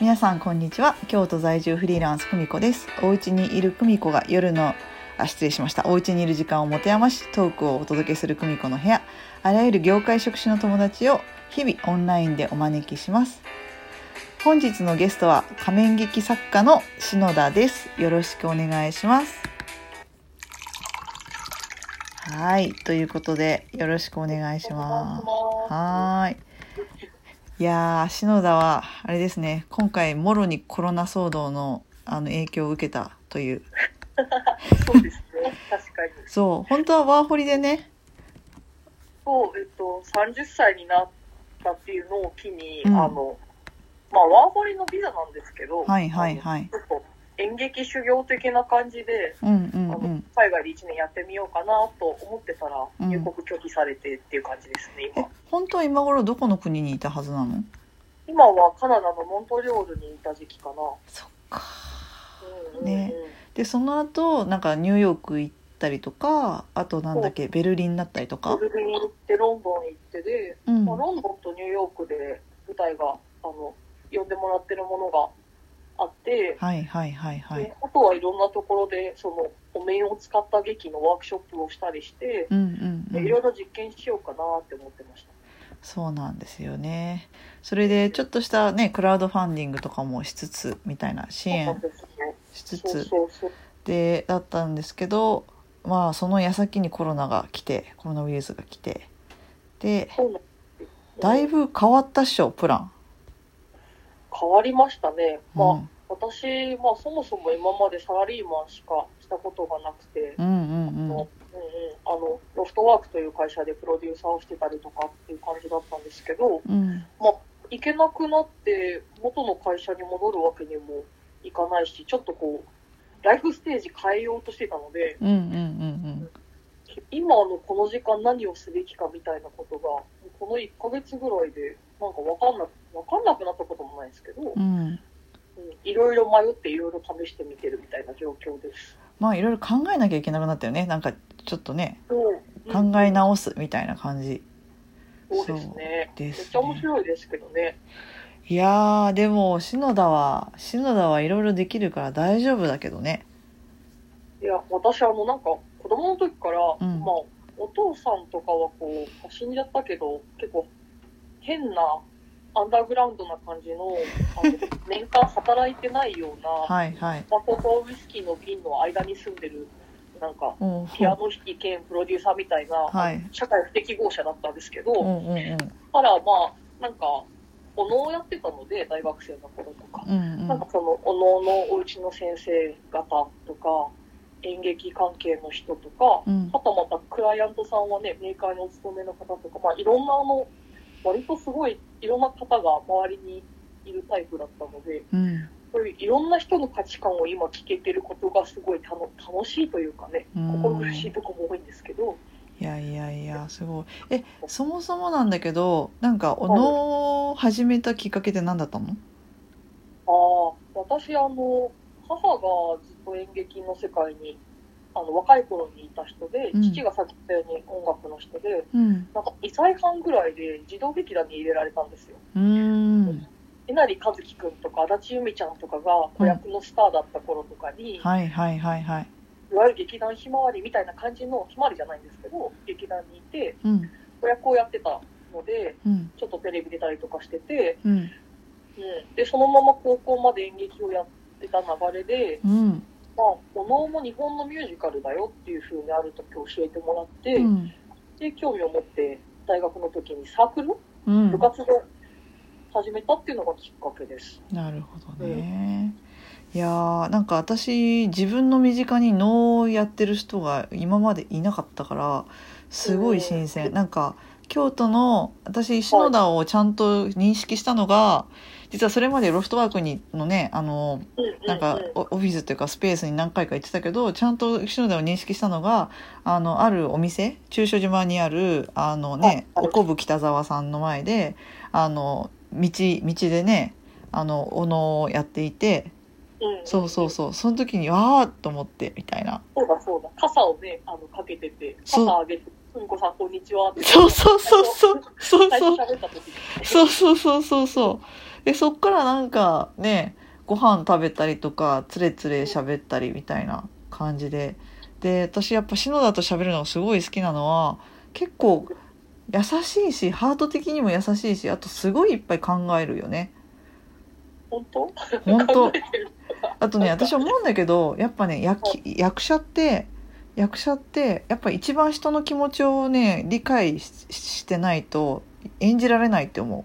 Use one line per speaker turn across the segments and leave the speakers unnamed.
皆さんこんにちは京都在住フリーランス久美子ですお家にいる久美子が夜のあ失礼しましたお家にいる時間を持て余しトークをお届けする久美子の部屋あらゆる業界職種の友達を日々オンラインでお招きします本日のゲストは仮面劇作家の篠田ですよろしくお願いしますはいということでよろしくお願いしますはーい。いやー、篠田は、あれですね、今回、もろにコロナ騒動のあの影響を受けたという。
そうですね、確かに。
そう、本当はワーホリでね、
そう、えっと、30歳になったっていうのを機に、
うん
あの、まあ、ワーホリのビザなんですけど、
はいはいはい
あのちょっと演劇修行的な感じで、
うんう
あ
ん
の
うん。
海外で1年やってみようかなと思ってたら、
うん
入国拒否されてっていう感じですね、
え
今。、
本当は今頃どこの国にいたはずなの
今はカナダのモントリオールにいた時期かな。
そっか。
うんうんうん
ねで、その後、なんかニューヨーク行ったりとか、あとなんだっけ、ベルリンだったりとか
ベ。ルリン行って、ロンドン行ってで、
うん
まあ、。ロンドンとニューヨークで舞台が、あの、呼んでもらってるものがあって、
はいはいはいはい。
あとはいろんなところでそのお面を使った劇のワークショップをしたりして、
うんうん、う
い
ん
ろい。ろ実験しようかなって思ってました。
そうなんですよね。それで、ちょっとしたね、クラウドファンディングとかもしつつ、みたいな支
そう
援
ですね
しつ
そう
つ。
そうそう。
でだったんですけどまあその矢先にコロナが来てコロナウイルスが来てで
そうなんですよ
だいぶ変わったっしょプラン、
変わりましたね。まあ、
うん
私、まあそもそも今までサラリーマンしかしたことがなくて、
うんうんうん
もうんうん、あのロフトワークという会社でプロデューサーをしてたりとかっていう感じだったんですけど、
うん
まあ、行けなくなって元の会社に戻るわけにもいかないしちょっとこうライフステージ変えようとしてたので
うんうんうん
今のこの時間何をすべきかみたいなことがこの1ヶ月ぐらいでなんか分かんな分かんなくなったこともないですけど、
うんうん
うんいろいろ迷っていろいろ試してみてるみたいな状況です。
まあいろいろ考えなきゃいけなくなったよねなんかちょっとね考え
うん
直すみたいな感じ
そうですね
で
めっ
す
ちゃ面
ね
白いですけどね。
いやーでも篠田は篠田はいろいろできるから大丈夫だけどね
いや、私、あの、なんか、子供の時から、
ん
まあ、お父さんとかはこう、死んじゃったけど、結構、変な、アンダーグラウンドな感じの、あの 年間働いてないような、
はいはい
タバコとウイスキーの瓶の間に住んでる、なんか、
おう
ピアノ弾き兼プロデューサーみたいな、
はい
社会不適合者だったんですけど、
うんうんうん
ただ、まあ、なんか、お能をやってたので、大学生の頃とか。
うんう
なん
ん
かそのおのおのおうちの先生方とか演劇関係の人とか、
うん
はたまたクライアントさんはねメーカーにお勤めの方とか、まあ、いろんなあの割とすごいいろんな方が周りにいるタイプだったので
うん
そういういろんな人の価値観を今聞けてることがすごい楽楽しいというかね
うん
心苦しいとこも多いんですけど、
いやいやいやすごいえそもそもなんだけどなんかお能を始めたきっかけって何だったの
ああ私あの母がずっと演劇の世界にあの若い頃にいた人で、
うん
父がさっき言ったように音楽の人で
うん
なんか2歳半ぐらいで児童劇団に入れられたんですよ
うーん
えなりかずきくんとか足立由美ちゃんとかが子役のスターだった頃とかに、
はいはいはいはい
いわゆる劇団ひまわりみたいな感じのひまわりじゃないんですけど劇団にいて
うん
子役をやってたので
うん
ちょっとテレビ出たりとかしてて、
うん
うん、でそのまま高校まで演劇をやってた流れで
うん
まあ、お能も日本のミュージカルだよっていう風にある時教えてもらって、
うん
で興味を持って大学の時にサークル
うん
部活動始めたっていうのがきっかけです。
なるほどねいやーなんか私自分の身近に能をやってる人が今までいなかったからすごい新鮮なんか京都の私篠田をちゃんと認識したのが実はそれまでロフトワークにのねあのなんか
う
オオフィスというかスペースに何回か行ってたけどちゃんと篠田を認識したのがあのあるお店中小島にあるあのね
はい
おこぶ北沢さんの前であの道道でねあのお能をやっていて
うんうん
そうそうそうその時にああと思ってみたいな
そうだそうだ傘をねあのかけてて
そう
傘あげて「うんこさんこんにちは」って
そうそうそうそうそう
最
そう
初喋った時に
そうそうそうそうそうえそっからなんかねご飯食べたりとかつれつれ喋ったりみたいな感じでで私やっぱ篠田と喋るのがすごい好きなのは結構優しいしハート的にも優しいしあとすごいいっぱい考えるよね。
本当
本当
考えてる
あとね私思うんだけどやっぱね役役者って役者ってやっぱ一番人の気持ちをね理解ししてないと演じられないって思う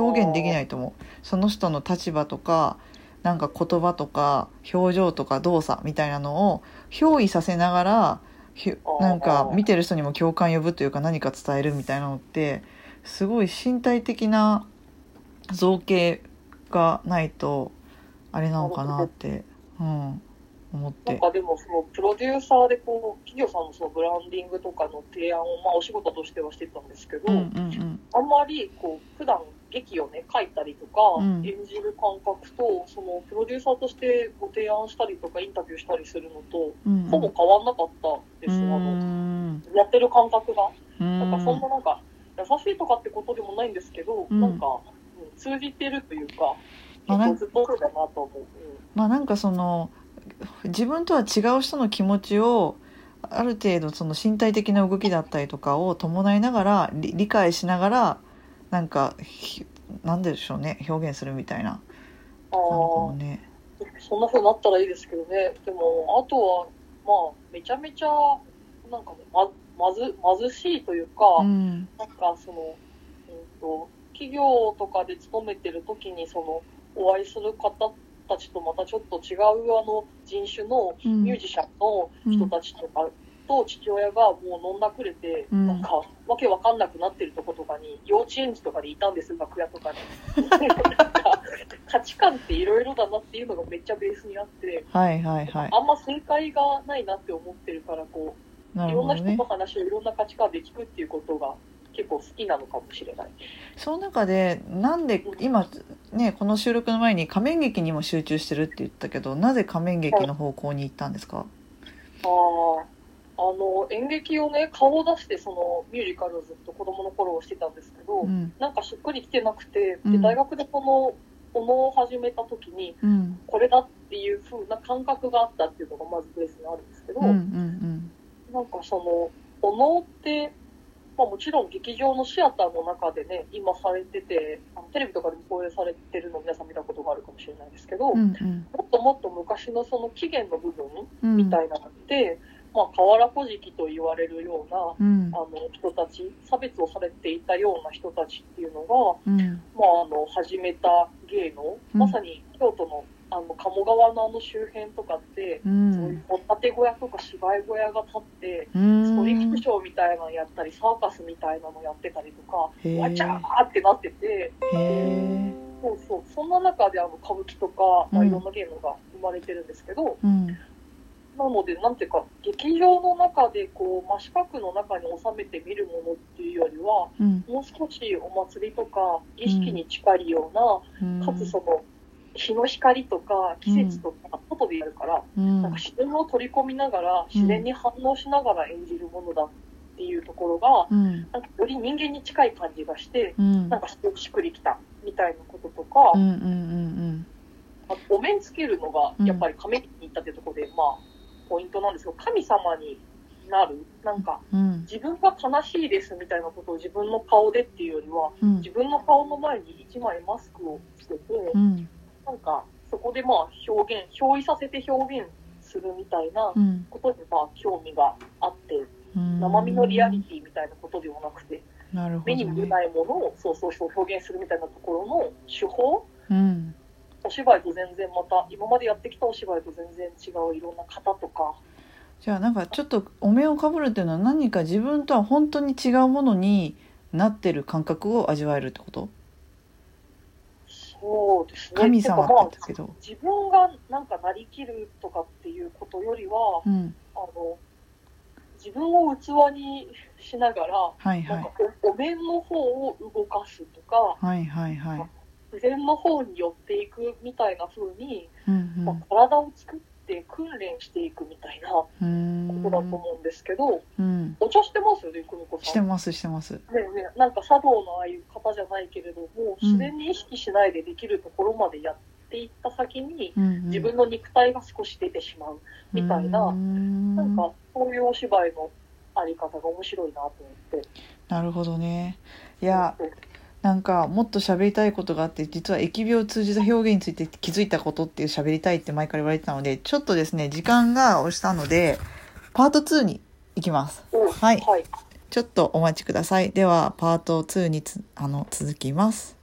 表現できないと思うその人の立場とかなんか言葉とか表情とか動作みたいなのを憑依させながらひゅ
あー
なんか見てる人にも共感呼ぶというか何か伝えるみたいなのってすごい身体的な造形がないとあれなのかなって、うん、思っ
な
て
ん。かでもそのプロデューサーでこう企業さんのそのブランディングとかの提案をまあお仕事としてはしてたんですけど、
うんうん
あんまりこう普段劇をね書いたりとか
うん
演じる感覚とそのプロデューサーとしてご提案したりとかインタビューしたりするのと
うんうんうん
ほぼ変わんなかったで
う
す、あの
ん
やってる感覚が。
う
なんかそん
ん
ななんか優しいとかってことでもないんですけど、
うん
なんかうん通じてるというか
まあな
結
ん
構ずっとそうだなと思う。うん
まあなんかその自分とは違う人の気持ちをある程度その身体的な動きだったりとかを伴いながら理理解しながらなんかひなんでしょうね表現するみたいな
あ
なのか
ー
もね。
そんな風になったらいいですけどね。でも、あとは、まあ、めちゃめちゃ、なんかね、ま、まず、貧しいというか、
うん
なんかその、うんと、企業とかで勤めてる時に、その、お会いする方たちとまたちょっと違う、あの、人種の
うん
ミュージシャンの人たちとかと父親がもう飲んだくれて、
うん
なんか、わけわかんなくなってるとことかに、幼稚園児とかでいたんです、楽屋 とかに。価値観っていろいろだなっていうのがめっちゃベースにあって、
はいはいはい。
あんま正解がないなって思ってるからこう、
ないる
ろん
ほ
な
ど
人
ね
の。話をいろんな価値観で聞くっていうことが結構好きなのかもしれない。
その中でなんで今ねこの収録の前に仮面劇にも集中してるって言ったけどなぜ仮面劇の方向に行ったんですか、
あーあの演劇をね顔を出してそのミュージカルをずっと子供の頃をしてたんですけど、
うん
なんかしっくりきてなくて、
う
で
ん
大学でこのものを始めた時に
うん
これだっていう風な感覚があったっていうのがまずベースにあるんですけど、
うんうん
なんかその、お能って、まあもちろん劇場のシアターの中でね、今されてて、あのテレビとかでも放映されてるの皆さん見たことがあるかもしれないですけど、
うんう
も
んうん
っともっと昔のその起源の部分
うん
みたいなのって、まあ河原小敷と言われるような、
うん
あの人たち、差別をされていたような人たちっていうのが、
うん
まああの始めた芸能、
うん
まさに京都のあの鴨川のあの周辺とかって、
う
そういうんこう建小屋とか芝居小屋が建って、
うん
ストリップショーみたいなのやったり、サーカスみたいなのやってたりとか、
へえ
わちゃーってなってて、
へえ
そうそう、そんな中であの歌舞伎とか、ま
う
あ、
ん
いろんなゲームが生まれてるんですけど、
うん
なので、なんていうか、劇場の中でこう、真四角の中に収めて見るものっていうよりは、
うん
もう少しお祭りとか儀式に近いよう
うん
な、かつその、日の光とか季節とか、外でやるから、
うん
なんか自然を取り込みながら、自然に反応しながら演じるものだっていうところが、
うん
なんかより人間に近い感じがして、
うん
なんかすごくしっくりきたみたいなこととか、
うんうんうん
あとお面つけるのが
うん
やっぱり亀に行ったってところで、まあ、ポイントなんですけど、神様になる、なんか
うん
自分が悲しいですみたいなことを自分の顔でっていうよりは、
うん
自分の顔の前に一枚マスクをつけて、
うん
なんかそこでまあ表現、憑依させて表現するみたいな
うん
ことにまあ興味があって、
うん
生身のリアリティみたいなことではなくて、
なるほど
目に見え
ね
ないものをそうそうそう表現するみたいなところの手法
うん
お芝居と全然また今までやってきたお芝居と全然違ういろんな型とか
じゃあなんかちょっとお面をかぶるっていうのは何か自分とは本当に違うものになってる感覚を味わえるってこと
そうですね
神様って
てか
言った
ま
けど、
あ自分がなんかなりきるとかっていうことよりは
うん
あの自分を器にしながら
はいは
なんか
い
おお面の方を動かすとか
はいはいはい
自然の方に寄っていくみたいな風に、
うんう
まあ
ん
体を作っって訓練していくみたいなこ
うー
とだと
ん
思うんですけど、
うん
お茶してますよね、久美子
し
さ
て
ん。
ますしてます
ねえねえなんか茶道のああいう方じゃないけれども、
うん
自然に意識しないでできるところまでやっていった先に、
うんうん
自分の肉体が少し出てしまうみたいな、
うーん
なんかそういうお芝居のあり方が面白いなと思って。
なるほどねいやなんかもっと喋りたいことがあって実は疫病を通じた表現について気づいたことっていう喋りたいって前から言われてたのでちょっとですね時間が押したのでパート2に行きます
うん
はい
はい
ちょっとお待ちくださいではパート2につあの続きます